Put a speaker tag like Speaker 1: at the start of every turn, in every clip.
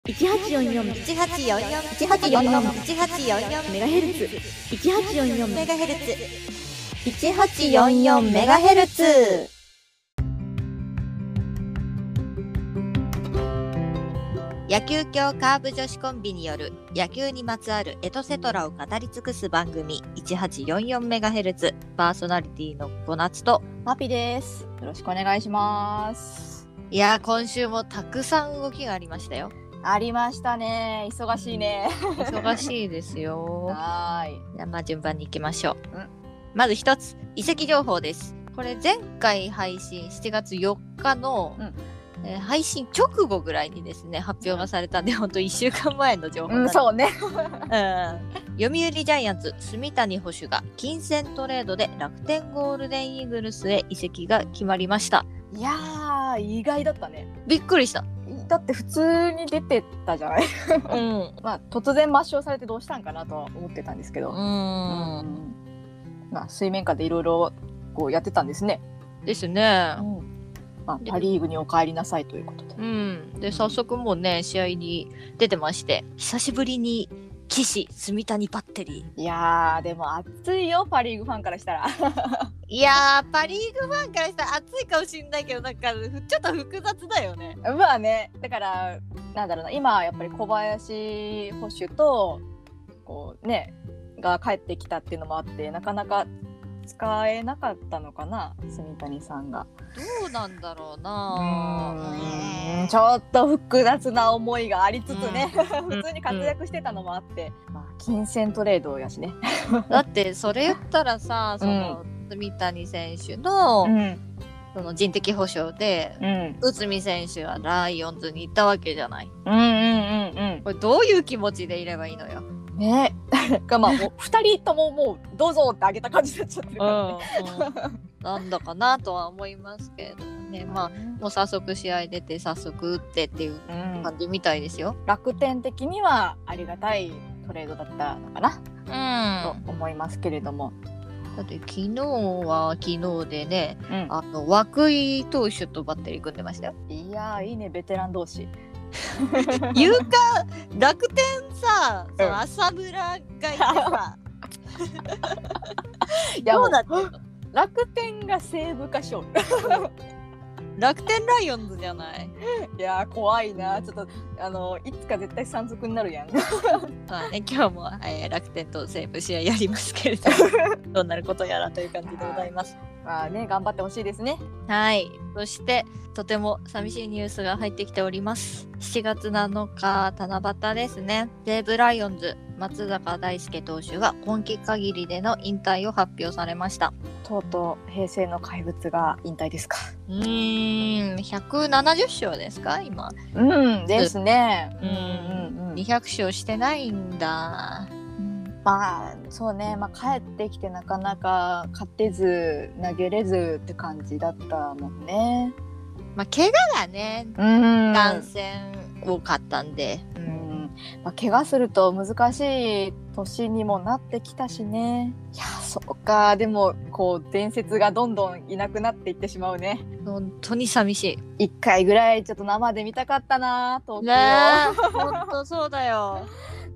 Speaker 1: 一八四四一八四
Speaker 2: 一八四四
Speaker 1: 四
Speaker 2: 一八四四
Speaker 1: メガヘルツ一八四四
Speaker 2: メガヘルツ
Speaker 1: 一八四四メガヘルツ
Speaker 2: 野球協カーブ女子コンビによる野球にまつわるエトセトラを語り尽くす番組1844メガヘルツパーソナリティの小夏と
Speaker 3: マピです。よろしくお願いします。
Speaker 2: いやー今週もたくさん動きがありましたよ
Speaker 3: ありましたね。忙しいね。
Speaker 2: 忙しいですよ
Speaker 3: はーい。
Speaker 2: じゃあまあ順番に行きましょう
Speaker 3: うん。
Speaker 2: まず一つ、遺跡情報です。これ前回配信7月4日の、
Speaker 3: うん
Speaker 2: えー配信直後ぐらいにですね、発表がされたんで、ほんと1週間前の情報
Speaker 3: うん、
Speaker 2: う。
Speaker 3: そうね。
Speaker 2: うん読売ジャイアンツ、住谷捕手が金銭トレードで楽天ゴールデンイーグルスへ移籍が決まりました。
Speaker 3: いやー、意外だったね。
Speaker 2: びっくりした。
Speaker 3: だって普通に出てたじゃない。
Speaker 2: うん。
Speaker 3: まあ、突然抹消されてどうしたんかなとは思ってたんですけど。
Speaker 2: う
Speaker 3: まあ、水面下でいろいろこうやってたんですね。
Speaker 2: ん。ですね。
Speaker 3: まあ、パリーグにお帰りなさいということで。
Speaker 2: うん、で早速もうね試合に出てまして久しぶりに岸住谷バッテリー
Speaker 3: いやー、でも熱いよ、パリーグファンからしたら。
Speaker 2: いやーパ・リーグファンからしたら熱いかもしんないけどなんかふちょっと複雑だよね
Speaker 3: まあねだからなんだろうな今やっぱり小林捕手とこうねが帰ってきたっていうのもあってなかなか使えなかったのかな住谷さんが。
Speaker 2: どうなんだろう
Speaker 3: う
Speaker 2: な
Speaker 3: ーんちょっと複雑な思いがありつつね、
Speaker 2: ん
Speaker 3: 普通に活躍してたのもあって、まあ、金銭トレードやしね。
Speaker 2: だってそれ言ったらさその、住谷選手の,、
Speaker 3: ん
Speaker 2: その人的保障で
Speaker 3: うん
Speaker 2: 内海選手はライオンズに行ったわけじゃない
Speaker 3: うんうんうん
Speaker 2: これどういう気持ちでいればいいのよ、
Speaker 3: うんね がまあもう2人とももうどうぞってあげた感じになっちゃってるからね。
Speaker 2: なんだかなとは思いますけれどもねまあもう早速試合出て早速打ってっていう
Speaker 3: うん
Speaker 2: 感じみたいですよ。
Speaker 3: 楽天的にはありがたいトレードだったのかな、
Speaker 2: うん、
Speaker 3: と
Speaker 2: だ
Speaker 3: 思いますけれども、
Speaker 2: って昨日は昨日でね
Speaker 3: うん
Speaker 2: あの涌井投手とバッテリー組んでましたよ。
Speaker 3: いやーいいねベテラン同士
Speaker 2: 言うか楽天さそ
Speaker 3: うん
Speaker 2: の浅村がいてさ
Speaker 3: いや
Speaker 2: ど
Speaker 3: も
Speaker 2: う
Speaker 3: う
Speaker 2: なってんの
Speaker 3: 楽天が西武化勝負
Speaker 2: 楽天ライオンズじゃない。
Speaker 3: いやー怖いなちょっとあのいつか絶対山賊になる やん
Speaker 2: まあね今日も、えー楽天と西武試合やりますけれどもどうなることやらという感じでございます。
Speaker 3: まあね頑張ってほしいですね
Speaker 2: はい。そして、とても寂しいニュースが入ってきております。7月7日、七夕ですね。西武ライオンズ、松坂大輔投手が今季限りでの引退を発表されました。
Speaker 3: とうとう平成の怪物が引退ですか
Speaker 2: うーん、170勝ですか今。
Speaker 3: うんですね
Speaker 2: うん
Speaker 3: うんうん
Speaker 2: 200勝してないんだ。
Speaker 3: まあそうね、まあ、帰ってきてなかなか勝てず投げれずって感じだったもんね
Speaker 2: まあ、怪我がね、
Speaker 3: うん
Speaker 2: 感染多かったんで。う
Speaker 3: うんんまあ、怪我すると難しい年にもなってきたしねいやそうかでもこう伝説がどんどんいなくなっていってしまうね
Speaker 2: 本当に寂しい。
Speaker 3: 一回ぐらいちょっと生で見たかったなと
Speaker 2: ねえ、本当そうだよ。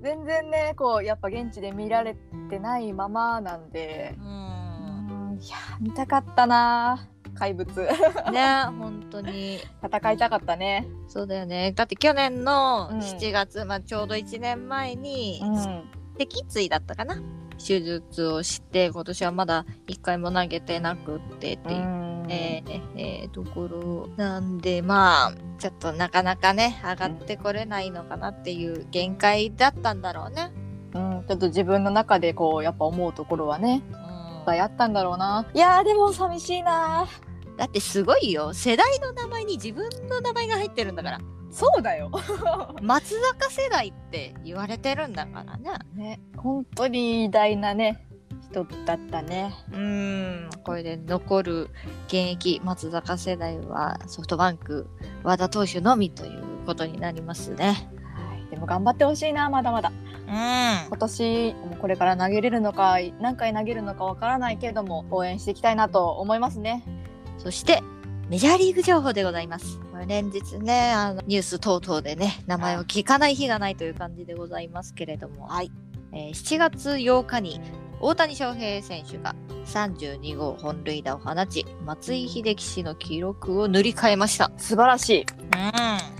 Speaker 3: 全然ねこうやっぱ現地で見られてないままなんで
Speaker 2: う
Speaker 3: うんんいや見たかったな怪物
Speaker 2: ね本当に
Speaker 3: 戦いたかったね
Speaker 2: そうだよねだって去年の
Speaker 3: うん
Speaker 2: 7月、まあ、ちょうど1年前に
Speaker 3: うん
Speaker 2: 脊椎だったかな手術をして今年はまだ1回も投げてなくってっていう、えーえーところなんでまあちょっとなかなかね上がってこれないのかなっていう限界だったんだろうね。
Speaker 3: うん、ちょっと自分の中でこうやっぱ思うところはね
Speaker 2: うん
Speaker 3: いっぱいあったんだろうないやーでも寂しいな
Speaker 2: だってすごいよ世代の名前に自分の名前が入ってるんだから
Speaker 3: そうだよ
Speaker 2: 松坂世代って言われてるんだからね。
Speaker 3: ね本当に偉大なね人だったね
Speaker 2: うーんこれで残る現役松坂世代はソフトバンク和田投手のみということになりますね。
Speaker 3: はいでも頑張ってほしいなまだまだ
Speaker 2: うん。
Speaker 3: 今年もこれから投げれるのか何回投げるのかわからないけれども応援していきたいなと思いますね
Speaker 2: そしてメジャーリーグ情報でございます。これ連日ねあのニュース等々でね名前を聞かない日がないという感じでございますけれども、はいえー7月8日に大谷翔平選手が32号本塁打を放ち松井秀喜氏の記録を塗り替えました。
Speaker 3: 素晴らしい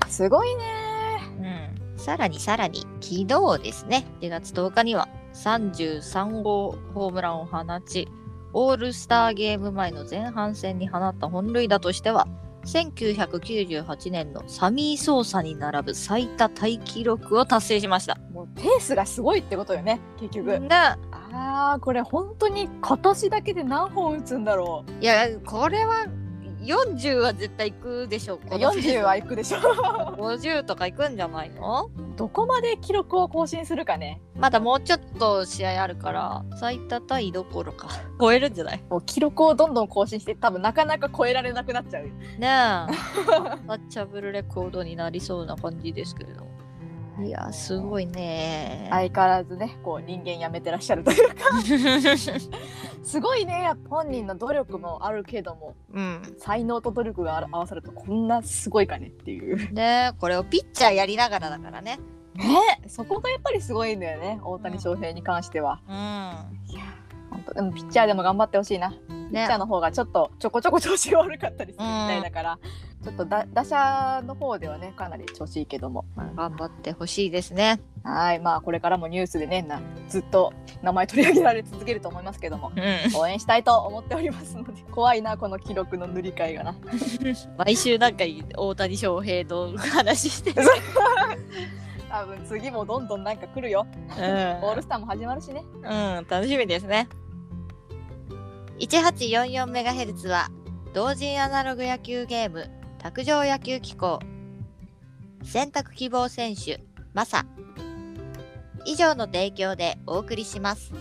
Speaker 3: すごいね
Speaker 2: うんさらにさらに昨日ですね4月10日には33号ホームランを放ちオールスターゲーム前の前半戦に放った本塁打としては1998年のサミー・ソーサに並ぶ最多タイ記録を達成しました。
Speaker 3: もうペースがすごいってことよね結局
Speaker 2: が
Speaker 3: あーこれ本当に今年だけで何本打つんだろう
Speaker 2: いやこれは40は絶対いくでしょうこの
Speaker 3: 40はいくでしょ
Speaker 2: 50とかいくんじゃないの
Speaker 3: どこまで記録を更新するかね
Speaker 2: まだもうちょっと試合あるから最多タイどころか超えるんじゃない
Speaker 3: もう記録をどんどん更新して多分なかなか超えられなくなっちゃう
Speaker 2: ねえタッチャブルレコードになりそうな感じですけれどもいやすごいね
Speaker 3: 相変わらずねこう人間やめてらっしゃるという かすごいねやっぱ本人の努力もあるけども
Speaker 2: うん
Speaker 3: 才能と努力があら合わさるとこんなすごいかねっていう
Speaker 2: ねえこれをピッチャーやりながらだからね
Speaker 3: ねそこがやっぱりすごいんだよね大谷翔平に関しては、
Speaker 2: うん
Speaker 3: 本当でもピッチャーでも頑張ってほしいなピッ
Speaker 2: ね
Speaker 3: チャーの方がちょっとちょこちょこ調子が悪かったりするみたいだから、ちょっとだ打者の方ではねかなり調子いいけども
Speaker 2: 頑張ってほしいですね
Speaker 3: はいまあこれからもニュースでねなずっと名前取り上げられ続けると思いますけども
Speaker 2: うん
Speaker 3: 応援したいと思っておりますので 怖いなこの記録の塗り替えがな
Speaker 2: 毎週なんか大谷翔平の話してる、
Speaker 3: 多分次もどんどんなんか来るよオールスターも始まるしね
Speaker 2: うん、楽しみですね。1844MHz は同人アナログ野球ゲーム卓上野球機構選択希望選手マサ以上の提供でお送りします。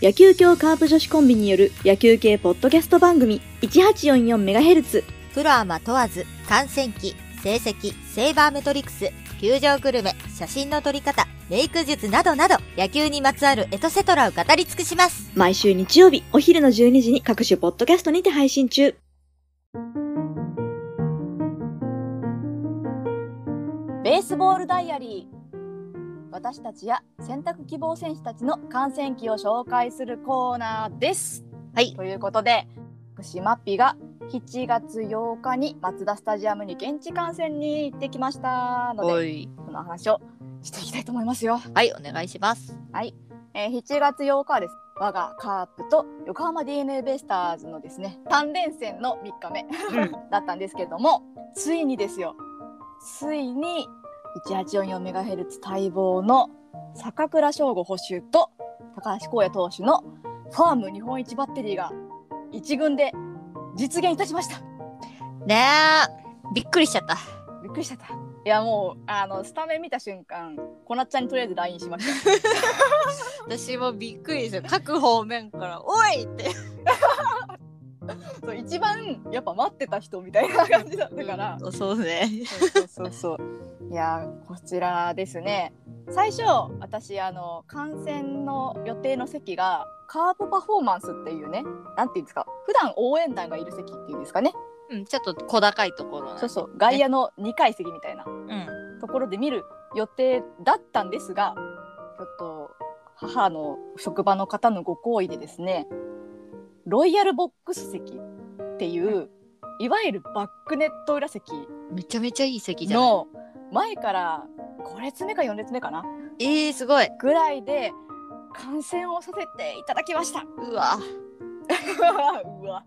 Speaker 1: 野球協カープ女子コンビによる野球系ポッドキャスト番組 1844MHz。
Speaker 2: プロアマ問わず観戦記成績セイバーメトリクス球場グルメ写真の撮り方メイク術などなど野球にまつわるエトセトラを語り尽くします。
Speaker 1: 毎週日曜日、お昼の12時に各種ポッドキャストにて配信中。
Speaker 3: ベースボールダイアリー私たちや選択希望選手たちの観戦記を紹介するコーナーです
Speaker 2: はい
Speaker 3: ということで私マッピーが7月8日にマツダスタジアムに現地観戦に行ってきましたので
Speaker 2: い、
Speaker 3: この話をしていきたいと思いますよ
Speaker 2: はい、お願いします。
Speaker 3: えー7月8日はです我がカープと横浜 d n a ベイスターズのですね3連戦の3日目だったんですけれどもついにですよついに 1844MHz 待望の坂倉翔吾捕手と高橋光也投手のファーム日本一バッテリーが一軍で実現いたしました
Speaker 2: ねえ、びっくりしちゃった。
Speaker 3: びっくりしちゃったいやもうあのスタメン見た瞬間こなっちゃんにとりあえず LINE しました
Speaker 2: 私もびっくりですよ各方面から「おい!」って
Speaker 3: そう一番やっぱ待ってた人みたいな感じだったから、
Speaker 2: うんそう ね
Speaker 3: そうそうそう。いやーこちらですね。最初私あの観戦の予定の席がカープパフォーマンスっていうね、なんていうんですか。普段応援団がいる席っていうんですかね。
Speaker 2: うんちょっと小高いところなんで
Speaker 3: そうそう外野の2階席みたいな
Speaker 2: うん
Speaker 3: ところで見る予定だったんですが、ちょっと母の職場の方のご好意でですね、ロイヤルボックス席っていういわゆるバックネット裏席
Speaker 2: めちゃめちゃいい席じゃない
Speaker 3: の前から5列目か4列目かな
Speaker 2: えー、すごい
Speaker 3: ぐらいで観戦をさせていただきました
Speaker 2: うわ
Speaker 3: うわ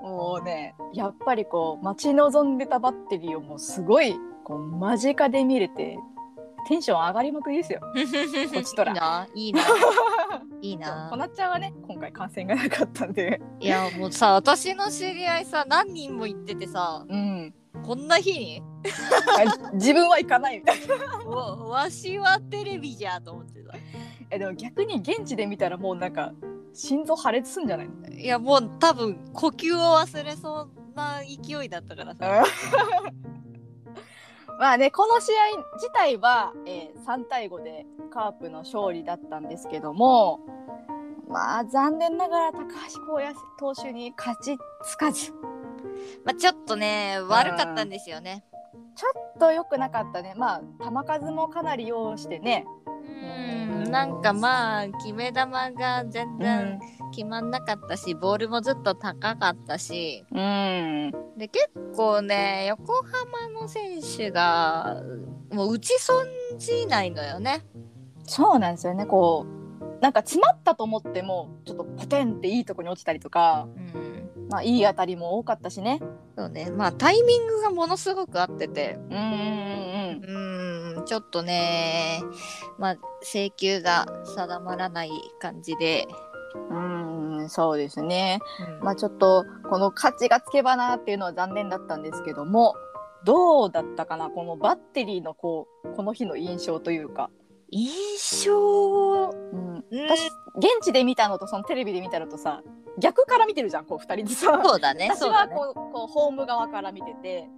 Speaker 3: もうねやっぱりこう待ち望んでたバッテリーをもうすごいこう間近で見れてテンション上がりまくりですよ。 っちとら
Speaker 2: い いないいな
Speaker 3: こ
Speaker 2: いいな
Speaker 3: なっちゃんはね今回観戦がなかったんで、
Speaker 2: いやもうさ私の知り合いさ何人も行っててさ
Speaker 3: うん、
Speaker 2: こんな日に
Speaker 3: 自分は行かないみたいな
Speaker 2: わわしはテレビじゃと思ってた
Speaker 3: えでも逆に現地で見たらもうなんか心臓破裂すんじゃないの
Speaker 2: いやもう多分呼吸を忘れそうな勢いだったからさ
Speaker 3: まあねこの試合自体は、えー3対5でカープの勝利だったんですけどもまあ残念ながら高橋光也投手に勝ちつかずち
Speaker 2: まあ、ちょっとね悪かったんですよね。
Speaker 3: ょっと良くなかったねまあ球数もかなり用意してね、
Speaker 2: うんなんかまあ決め球が全然決まんなかったし、ボールもずっと高かったし
Speaker 3: うん、
Speaker 2: で結構ね横浜の選手がもう打ち損じないのよね。
Speaker 3: そうなんですよねこうなんか詰まったと思ってもちょっとポテンっていいとこに落ちたりとか、
Speaker 2: うん
Speaker 3: まあ、いい当たりも多かったしね
Speaker 2: そうねまあタイミングがものすごく合ってて
Speaker 3: うんうん
Speaker 2: うーんちょっとねまあ請求が定まらない感じで、
Speaker 3: うんうんそうですね
Speaker 2: うん
Speaker 3: まあちょっとこの価値がつけばなっていうのは残念だったんですけどもどうだったかなこのバッテリーのこうこの日の印象というか、
Speaker 2: 印象
Speaker 3: うん、
Speaker 2: うん
Speaker 3: 私現地で見たのとそのテレビで見たのとさ逆から見てるじゃんこう2人でさ。
Speaker 2: そうだね
Speaker 3: 私
Speaker 2: そう
Speaker 3: は
Speaker 2: だね、
Speaker 3: こうこうホーム側から見てて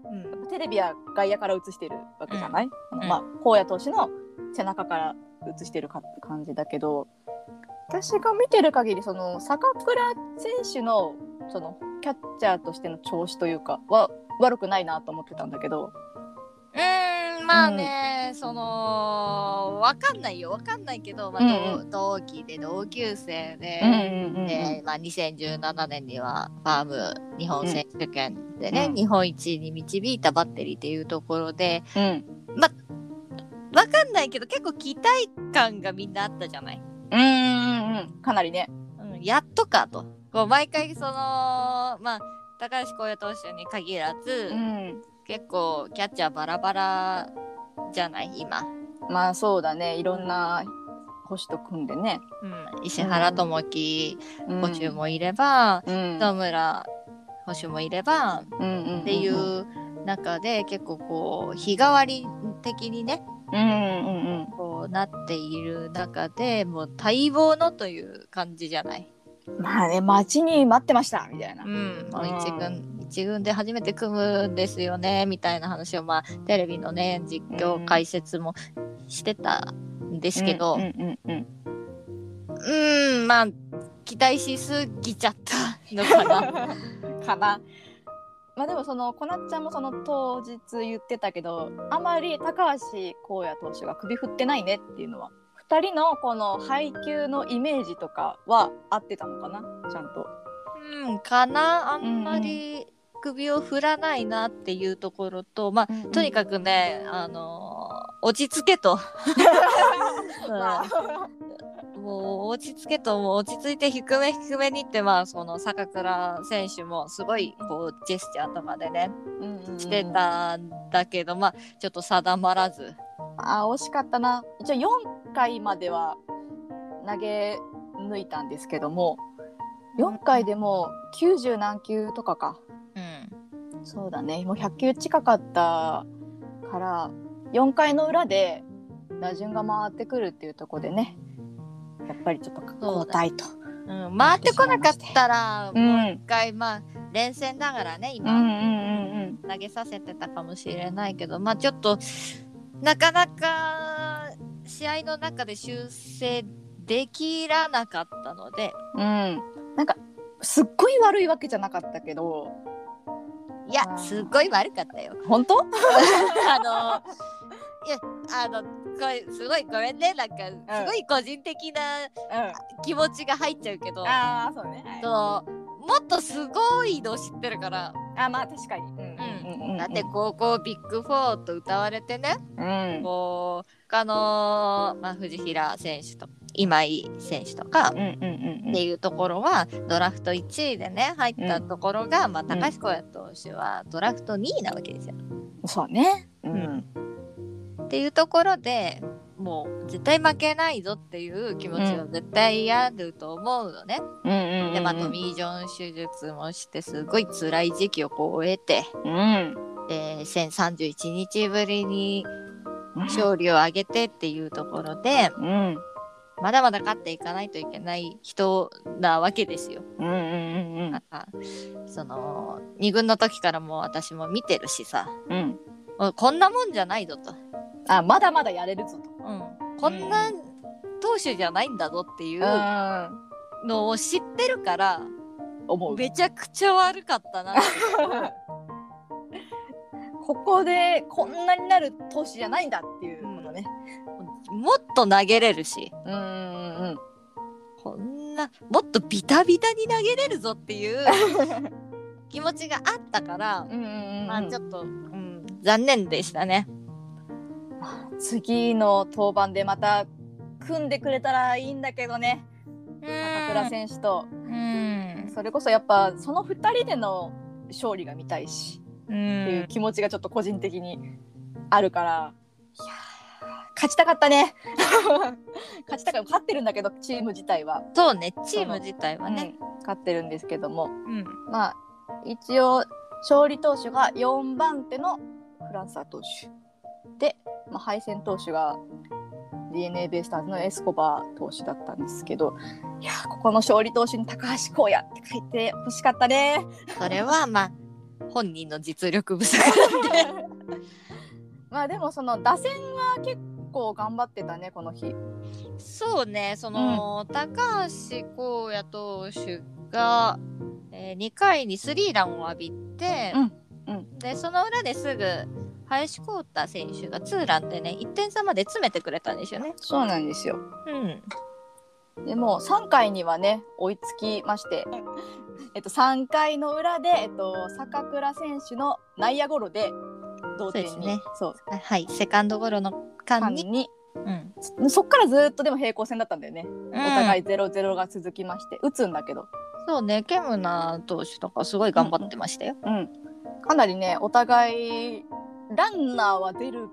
Speaker 2: うん
Speaker 3: テレビは外野から映してるわけじゃない、あの
Speaker 2: うん
Speaker 3: まあ、荒野投手の背中から映してるか感じだけど私が見てる限りその坂倉選手のそのキャッチャーとしての調子というかは悪くないなと思ってたんだけど
Speaker 2: うーんまあね、そのわかんないよわかんないけど、まあ
Speaker 3: うんう
Speaker 2: 同同期で同級生で、
Speaker 3: ね
Speaker 2: でまあ、2017年にはファーム日本選手権でね、
Speaker 3: うん
Speaker 2: 日本一に導いたバッテリーっていうところで
Speaker 3: うん
Speaker 2: わかんないけど結構期待感がみんなあったじゃない、
Speaker 3: うんうんうんかなりね。
Speaker 2: うん、やっとかとこう毎回そのまあ高橋光也投手に限らず、
Speaker 3: うん
Speaker 2: 結構キャッチャーバラバラじゃない今、
Speaker 3: まあそうだねいろんな星と組んでね。
Speaker 2: うん、石原智樹
Speaker 3: うん
Speaker 2: 捕手もいれば、
Speaker 3: うん
Speaker 2: 田村捕手もいればっ
Speaker 3: うんんんん
Speaker 2: ていう中で結構こう日替わり的にね
Speaker 3: うんうんうんうん
Speaker 2: こうなっている中でもう待望のという感じじゃない。
Speaker 3: まあね待ちに待ってましたみたいな
Speaker 2: う。ん、もう
Speaker 3: うん
Speaker 2: 一軍一軍で初めて組むんですよねみたいな話をまあテレビのね実
Speaker 3: う
Speaker 2: 況
Speaker 3: ん
Speaker 2: 解説もしてたんですけど
Speaker 3: う
Speaker 2: うん
Speaker 3: う
Speaker 2: ん
Speaker 3: んうんうん
Speaker 2: んまあ期待しすぎちゃったのかな。
Speaker 3: かな。まあでもそのこなっちゃんもその当日言ってたけどあまり高橋光也投手が首振ってないねっていうのは2人のこの配球のイメージとかは合ってたのかなちゃんと。
Speaker 2: うんかなあんまり首を振らないなっていうところとまあとに
Speaker 3: く、
Speaker 2: かくね、あのー落ち着けと、
Speaker 3: まあ、
Speaker 2: もう落ち着けともう落ち着いて低め低めにってまあその坂倉選手もすごいこうジェスチャーとかでねしてたんだけど、まあちょっと定まらず
Speaker 3: あ惜しかったな一応4回までは投げ抜いたんですけども4回でもう90何球とかか
Speaker 2: うん
Speaker 3: そうだねもう100球近かったから4回の裏で打順が回ってくるっていうところでねやっぱりちょっと交代と
Speaker 2: うん、回ってこなかったら
Speaker 3: う
Speaker 2: もうん
Speaker 3: うん
Speaker 2: 一回まあ連戦ながらね
Speaker 3: う
Speaker 2: 今、
Speaker 3: ん
Speaker 2: 投げさせてたかもしれないけどまあちょっとなかなか試合の中で修正できらなかったので
Speaker 3: うんうんなんかすっごい悪いわけじゃなかったけど
Speaker 2: い
Speaker 3: あ
Speaker 2: や
Speaker 3: ー
Speaker 2: すっごい悪かったよ。
Speaker 3: 本当
Speaker 2: あのいやあのこれすごいごめんねなんかすごい個人的な気持ちが入っちゃうけど、
Speaker 3: ああそうね、はい
Speaker 2: ともっとすごいの知ってるから
Speaker 3: あまあ確かに、うんうんうん
Speaker 2: だって高校ビッグフォーと歌われてね
Speaker 3: うん
Speaker 2: こう他の、まあ、藤平選手と今井選手とか
Speaker 3: うんうんうんうん
Speaker 2: っていうところはドラフト1位でね入ったところが、まあ、高橋光也投手はドラフト2位なわけですよ。
Speaker 3: そうね。うん
Speaker 2: っていうところでもう絶対負けないぞっていう気持ちを絶対やると思うのね。
Speaker 3: うんうん
Speaker 2: でまあトミー・ジョン手術もしてすごい辛い時期をこう終えて、
Speaker 3: うん。
Speaker 2: えー、1031日ぶりに勝利を挙げてっていうところで
Speaker 3: うん
Speaker 2: まだまだ勝っていかないといけない人なわけですよ。
Speaker 3: うんうんうん
Speaker 2: なんかその2軍の時からもう私も見てるしさ
Speaker 3: うんうん。
Speaker 2: もうこんなもんじゃないぞと、
Speaker 3: あまだまだやれるぞと。
Speaker 2: うん、こんな投手じゃないんだぞっていうう、
Speaker 3: ん。
Speaker 2: のを知ってるから
Speaker 3: 思う。
Speaker 2: めちゃくちゃ悪かったなって
Speaker 3: ここでこんなになる投資じゃないんだっていうものね。
Speaker 2: もっと投げれるし
Speaker 3: うんうん
Speaker 2: こんなもっとビタビタに投げれるぞっていう 気持ちがあったから、
Speaker 3: うんうん
Speaker 2: まあちょっと、うん、残念でしたね。
Speaker 3: 次の登板でまた組んでくれたらいいんだけどね、高倉選手と。
Speaker 2: うん
Speaker 3: それこそやっぱその2人での勝利が見たいし
Speaker 2: う、
Speaker 3: っていうん気持ちがちょっと個人的にあるから、いやー勝ちたかった ね勝ちたかった勝ってるんだけどチーム自体は、
Speaker 2: そうねチーム自体はね。
Speaker 3: うん勝ってるんですけども
Speaker 2: うん
Speaker 3: まあ一応勝利投手が4番手のフランサー投手で、まあ、敗戦投手が d n a ベイスターズのエスコバー投手だったんですけどいやーここの勝利投手に高橋光也って書いて欲しかった ね。
Speaker 2: それはまあ本人の実力不足なんで
Speaker 3: まあでもその打線は結構頑張ってたねこの日。
Speaker 2: そうねその、高橋光也投手が、え2回にスリーランを浴びて、
Speaker 3: うんう
Speaker 2: でその裏ですぐ林光太選手がツーランでね1点差まで詰めてくれたんですよね。
Speaker 3: そうなんですよ。
Speaker 2: うん、
Speaker 3: でもう3回にはね追いつきまして、えっと、3回の裏で、えっと、坂倉選手の内野ゴロで同点に
Speaker 2: そうですね
Speaker 3: そう
Speaker 2: あはいセカンドゴロの間
Speaker 3: 間
Speaker 2: に、
Speaker 3: に
Speaker 2: う
Speaker 3: そ
Speaker 2: ん、
Speaker 3: そっからずっとでも平行線だったんだよね、
Speaker 2: お
Speaker 3: お互い0-0が続きまして打つんだけど、
Speaker 2: そうねケムナ投手とかすごい頑張ってましたよ。
Speaker 3: うん、かなりねお互いランナーは出る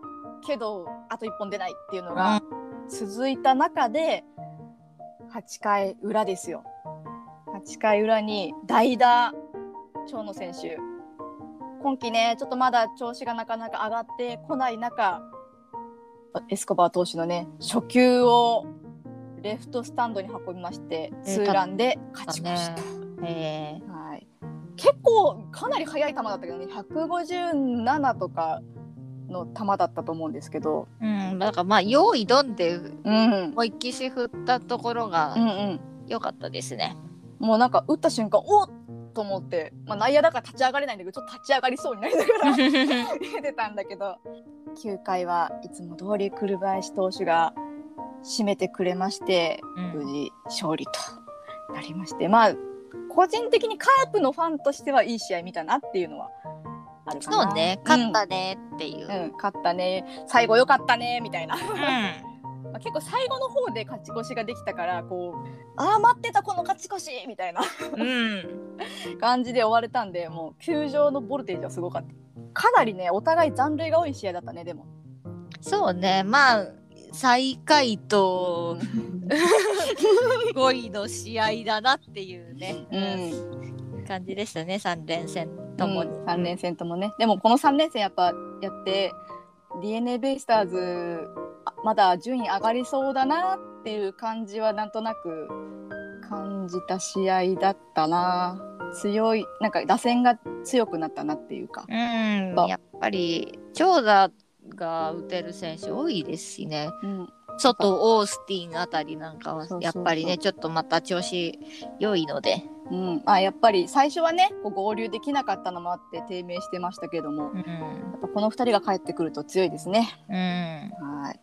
Speaker 3: けどあと1本出ないっていうのが、続いた中で8回裏ですよ8回裏に代打長野選手今季ねちょっとまだ調子がなかなか上がってこない中エスコバー投手のね初球をレフトスタンドに運びまして
Speaker 2: えー
Speaker 3: ツーランで勝ちました、
Speaker 2: ねえー
Speaker 3: はい、結構かなり速い球だったけどね157とかの球だったと思うんですけど、
Speaker 2: うん、だからまあ用意どんで
Speaker 3: うん、うん
Speaker 2: 思いっきし振ったところ
Speaker 3: う
Speaker 2: が
Speaker 3: ん
Speaker 2: 良かったですね。
Speaker 3: もうなんか打った瞬間おっと思って、まあ、内野だから立ち上がれないんだけどちょっと立ち上がり そうになりなが ら出てたんだけど9回はいつも通り栗林投手が締めてくれまして
Speaker 2: うん
Speaker 3: 無事勝利となりましてまあ個人的にカープのファンとしてはいい試合見たなっていうのはあるかな
Speaker 2: そうね勝ったねっていう。
Speaker 3: うん、うん勝ったね最後良かったねみたいな。
Speaker 2: うん
Speaker 3: まあ、結構最後の方で勝ち越しができたからこうああ待ってたこの勝ち越しみたいな
Speaker 2: うん、
Speaker 3: 感じで終われたんでもう球場のボルテージはすごかったかなりねお互い残塁が多い試合だったねでも
Speaker 2: そうねまあ最下位と5位の試合だなっていうね、
Speaker 3: うん
Speaker 2: 感じでしたね3連戦ともに。
Speaker 3: 3連戦ともねでもこの3連戦やっぱやって d n a ベイスターズあまだ順位上がりそうだなっていう感じはなんとなく感じた試合だったな強いなんか打線が強くなったなっていうか
Speaker 2: うん、
Speaker 3: そう
Speaker 2: やっぱり長打が打てる選手多いですしね
Speaker 3: うん
Speaker 2: 外オースティンあたりなんかは
Speaker 3: そうそう
Speaker 2: やっぱりねちょっとまた調子良いので、
Speaker 3: うんまあやっぱり最初はねこう合流できなかったのもあって低迷してましたけども
Speaker 2: うん
Speaker 3: やっぱこの2人が帰ってくると強いですね。
Speaker 2: うん、
Speaker 3: はい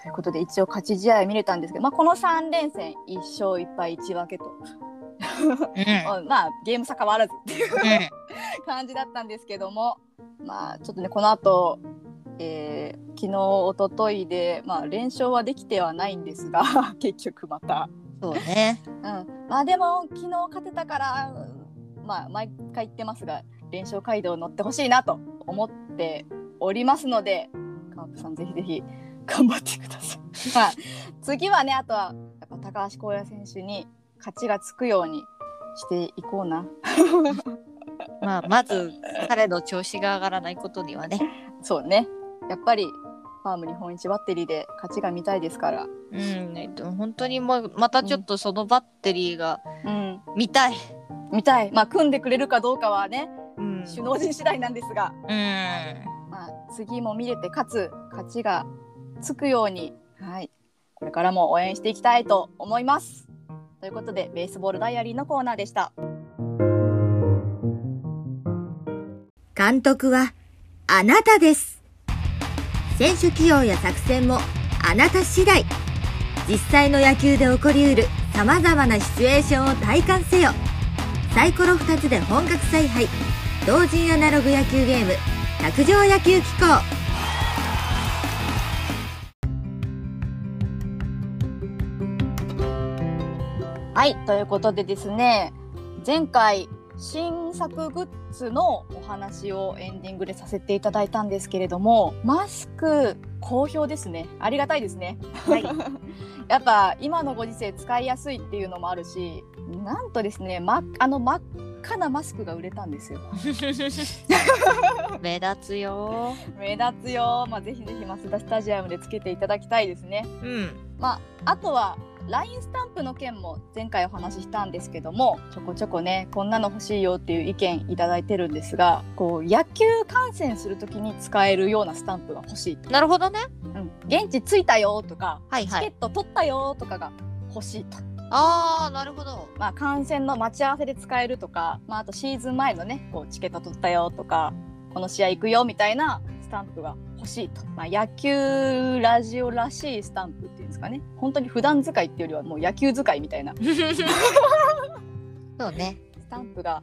Speaker 3: ということで一応勝ち試合は見れたんですけど、まあ、この3連戦1勝1敗1分けと、
Speaker 2: うん
Speaker 3: まあゲーム差変わらずっていう
Speaker 2: う
Speaker 3: 感じだったんですけども、まあ、ちょっとねこの後、えー昨日一昨日で、まあ、連勝はできてはないんですが 結局また、
Speaker 2: んそうね。
Speaker 3: うん、まあでも昨日勝てたから、うんまあ、毎回言ってますが連勝街道乗ってほしいなと思っておりますのでカープさんぜひぜひ頑張ってください。 まあ、次はねあとはやっぱ高橋光也選手に勝ちがつくようにしていこうな。
Speaker 2: ま あまず彼の調子が上がらないことにはね。
Speaker 3: そうねやっぱりファーム日本一バッテリーで勝ちが見たいですから。
Speaker 2: うん、ねでも本当にもうまたちょっとそのバッテリーが
Speaker 3: うん、
Speaker 2: 見たい。
Speaker 3: 見たい、まあ、組んでくれるかどうかはね、
Speaker 2: うん
Speaker 3: 首脳陣次第なんですが、
Speaker 2: うん
Speaker 3: まあ、次も見れてかつ勝ちがつくように、はい、これからも応援していきたいと思います。ということで、ベースボールダイアリーのコーナーでした。
Speaker 4: 監督はあなたです。選手起用や作戦もあなた次第。実際の野球で起こりうる様々なシチュエーションを体感せよ。サイコロ2つで本格采配。同人アナログ野球ゲーム、卓上野球機構。
Speaker 3: はい、ということでですね、前回、新作グッズのお話をエンディングでさせていただいたんですけれども、マスク、好評ですね。ありがたいですね。
Speaker 4: はい。
Speaker 3: やっぱ今のご時世使いやすいっていうのもあるしなんとですね、ま、あの真っ赤なマスクが売れたんですよ
Speaker 2: 目立つよ
Speaker 3: 目立つよ、まあ、ぜひぜひマスダスタジアムでつけていただきたいですね
Speaker 2: うん
Speaker 3: まああとは LINE スタンプの件も前回お話ししたんですけどもちょこちょこねこんなの欲しいよっていう意見いただいてるんですがこう野球観戦するときに使えるようなスタンプが欲しい、
Speaker 2: なるほどね
Speaker 3: うん、現地着いたよとか
Speaker 2: はい
Speaker 3: チ
Speaker 2: は
Speaker 3: ケッ
Speaker 2: い
Speaker 3: ト取ったよとかが欲しいと。
Speaker 2: ああなるほ ど
Speaker 3: まあ、観戦の待ち合わせで使えるとか、まあ、あとシーズン前のねこうチケット取ったよとかこの試合行くよみたいなスタンプが欲しいと、まあ、野球ラジオらしいスタンプっていうんですかね本当に普段使いっていうよりはもう野球使いみたいな
Speaker 2: そうね
Speaker 3: スタンプが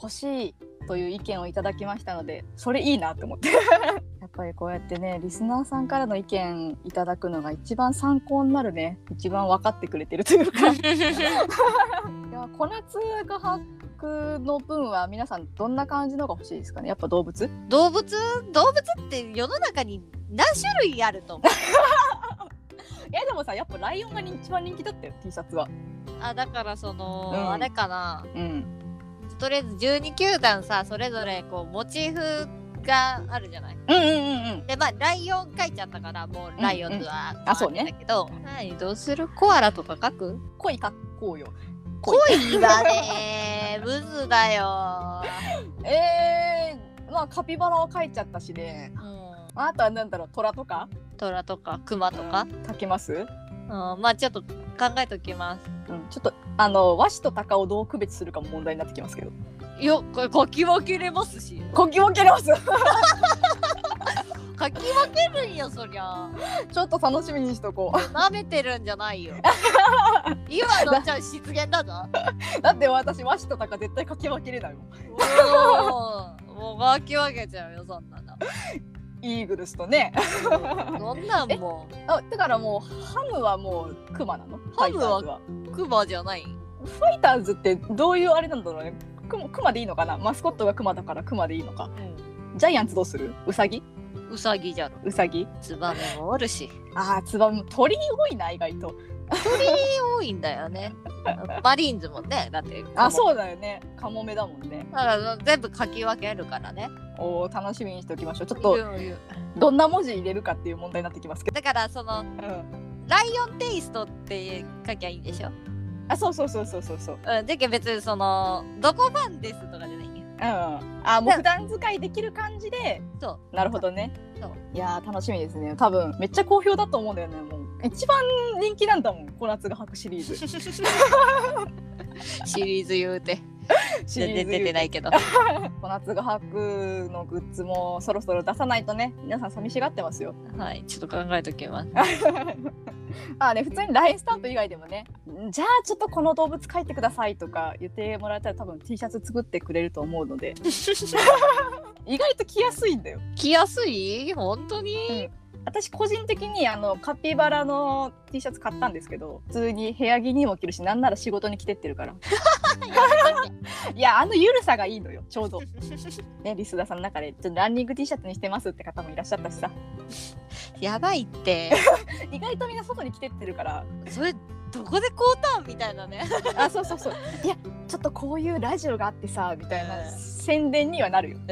Speaker 3: 欲しいという意見をいただきましたのでそれいいなと思って やっぱりこうやってねリスナーさんからの意見いただくのが一番参考になるね一番分かってくれてるというか。いや小夏画伯の分は皆さんどんな感じのが欲しいですかねやっぱ動物
Speaker 2: 動物動物って世の中に何種類あると 思う
Speaker 3: いやでもさやっぱライオンが一番人気だったよ T シャツは
Speaker 2: あだからその、
Speaker 3: うん
Speaker 2: あれかな
Speaker 3: うん
Speaker 2: とりあえず12球団さそれぞれこうモチーフがあるじゃない
Speaker 3: うんうんうんうん
Speaker 2: でまあライオン書いちゃったからもうライオンズは、
Speaker 3: んあそうね
Speaker 2: だけど何どうするコアラとか書く
Speaker 3: 恋かっこうよ
Speaker 2: 恋がねブズだよ、
Speaker 3: えー、まあカピバラは描いちゃったしね
Speaker 2: うん、
Speaker 3: あとはなんだろう虎とか
Speaker 2: トラとかクマとか、
Speaker 3: 描けます、うん、
Speaker 2: うん、まあちょっと考えときます
Speaker 3: ちょっとあの和紙と鷹をどう区別するかも問題になってきますけど
Speaker 2: よこれ書き分けれますし
Speaker 3: こき分け ますち
Speaker 2: 書き分けるんよそりゃ
Speaker 3: ょっと楽しみにしとこ
Speaker 2: 舐めてるんじゃな いよ今のじゃあ失言だぞ
Speaker 3: う だって私和紙と鷹絶対描き分けれないもん
Speaker 2: もうもう書き分けちゃうよそん なの
Speaker 3: イーグルスとね
Speaker 2: そんなんも
Speaker 3: あだからもうハムはもうクマなの
Speaker 2: ハムは
Speaker 3: ファイターズ
Speaker 2: うクマじゃない
Speaker 3: ファイターズってどういうあれなんだろうねクマクマでいいのかなマスコットがクマだからクマでいいのかジャイアンツどうするウサギ
Speaker 2: うさぎじゃろ
Speaker 3: ウサギ
Speaker 2: ツバメもおるし
Speaker 3: あーツバメ鳥多いな意外と
Speaker 2: 鳥多いんだよ ねマリーンズもねだって
Speaker 3: あ
Speaker 2: う
Speaker 3: そうだよねカモメだもんね
Speaker 2: だから全部書き分けるからね
Speaker 3: おー楽しみにしておきましょうちょっ
Speaker 2: い
Speaker 3: と
Speaker 2: るいる
Speaker 3: どんな文字入れるかっていう問題になってきますけど、
Speaker 2: だからその
Speaker 3: うん、
Speaker 2: ライオンテイストって書きゃいいんでしょ
Speaker 3: あそうそうそうそうそうそう
Speaker 2: うんじゃけ別にそのどこファンですとかじゃないん
Speaker 3: う
Speaker 2: よ
Speaker 3: んあーもう普段使いできる感じで
Speaker 2: そう
Speaker 3: なるほどね
Speaker 2: そう
Speaker 3: いやー楽しみですね多分めっちゃ好評だと思うんだよねもう一番人気なんだもん小夏が履くシ リーズシ
Speaker 2: シリーズ言うて
Speaker 3: リー
Speaker 2: 全
Speaker 3: ズ
Speaker 2: 然出てないけど
Speaker 3: 小夏が履くのグッズもそろそろ出さないとね皆さん寂しがってますよ
Speaker 2: はいちょっと考えときます
Speaker 3: まあね普通に LINE スタンプ以外でもねじゃあちょっとこの動物描いてくださいとか言ってもらえたら多分 T シャツ作ってくれると思うので意外と着やすいんだよ
Speaker 2: 着やすい本当に、
Speaker 3: 私個人的にあのカピバラの T シャツ買ったんですけど普通に部屋着にも着るしなんなら仕事に着てってるから いやあのゆるさがいいのよちょうどねリスダーさんの中でちょっとランニング T シャツにしてますって方もいらっしゃったしさ
Speaker 2: やばいって
Speaker 3: 意外とみんな外に着てってるから
Speaker 2: それどこでこうたんみたいなね
Speaker 3: あそうそうそういやちょっとこういうラジオがあってさみたいな
Speaker 2: うん
Speaker 3: 宣伝にはなるよ、
Speaker 2: うん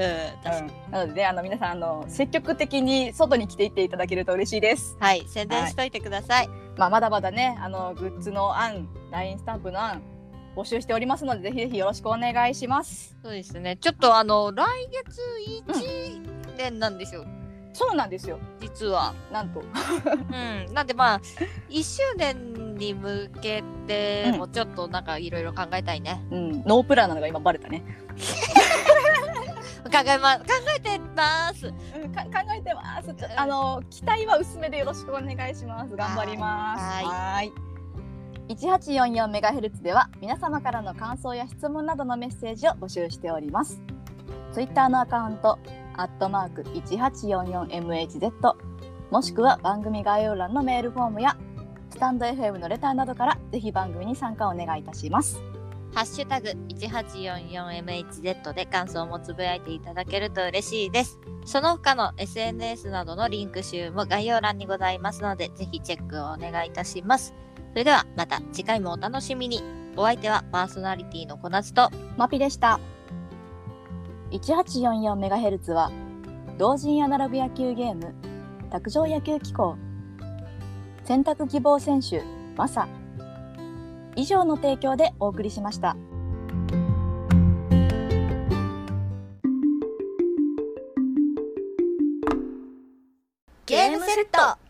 Speaker 3: なのであの皆さんあの積極的に外に来ていっていただけると嬉しいです、
Speaker 2: はい宣伝しといてください、
Speaker 3: まあ、まだまだねあのグッズの案 LINE スタンプの案募集しておりますのでぜひぜひよろしくお願いします
Speaker 2: そうですねちょっとあの来月1年なんですよ、
Speaker 3: そうなんですよ
Speaker 2: 実は
Speaker 3: なんと
Speaker 2: うんなんでまあ1周年に向けで、
Speaker 3: うん
Speaker 2: もうちょっとなんかいろいろ考えたいね。
Speaker 3: うん、ノープランなのが今バレたね。
Speaker 2: 考えま、考えてます。
Speaker 3: うん、か考えてます。ちょあの期待は薄めでよろしくお願いします。頑張ります。
Speaker 2: はい
Speaker 3: はい。一八四四メガヘルツでは皆様からの感想や質問などのメッセージを募集しております。ツイッターのアカウントアットマーク一八四四 MHz もしくは番組概要欄のメールフォームやスタンド FM のレターなどからぜひ番組に参加をお願いいたします。
Speaker 2: ハッシュタグ 1844MHz で感想もつぶやいていただけると嬉しいです。その他の SNS などのリンク集も概要欄にございますので、ぜひチェックをお願いいたします。それではまた次回もお楽しみに。お相手はパーソナリティの小夏と、
Speaker 3: マピでした。1844メガヘルツは同人アナログ野球ゲーム卓上野球機構選択希望選手マサ以上の提供でお送りしました。
Speaker 4: ゲームセット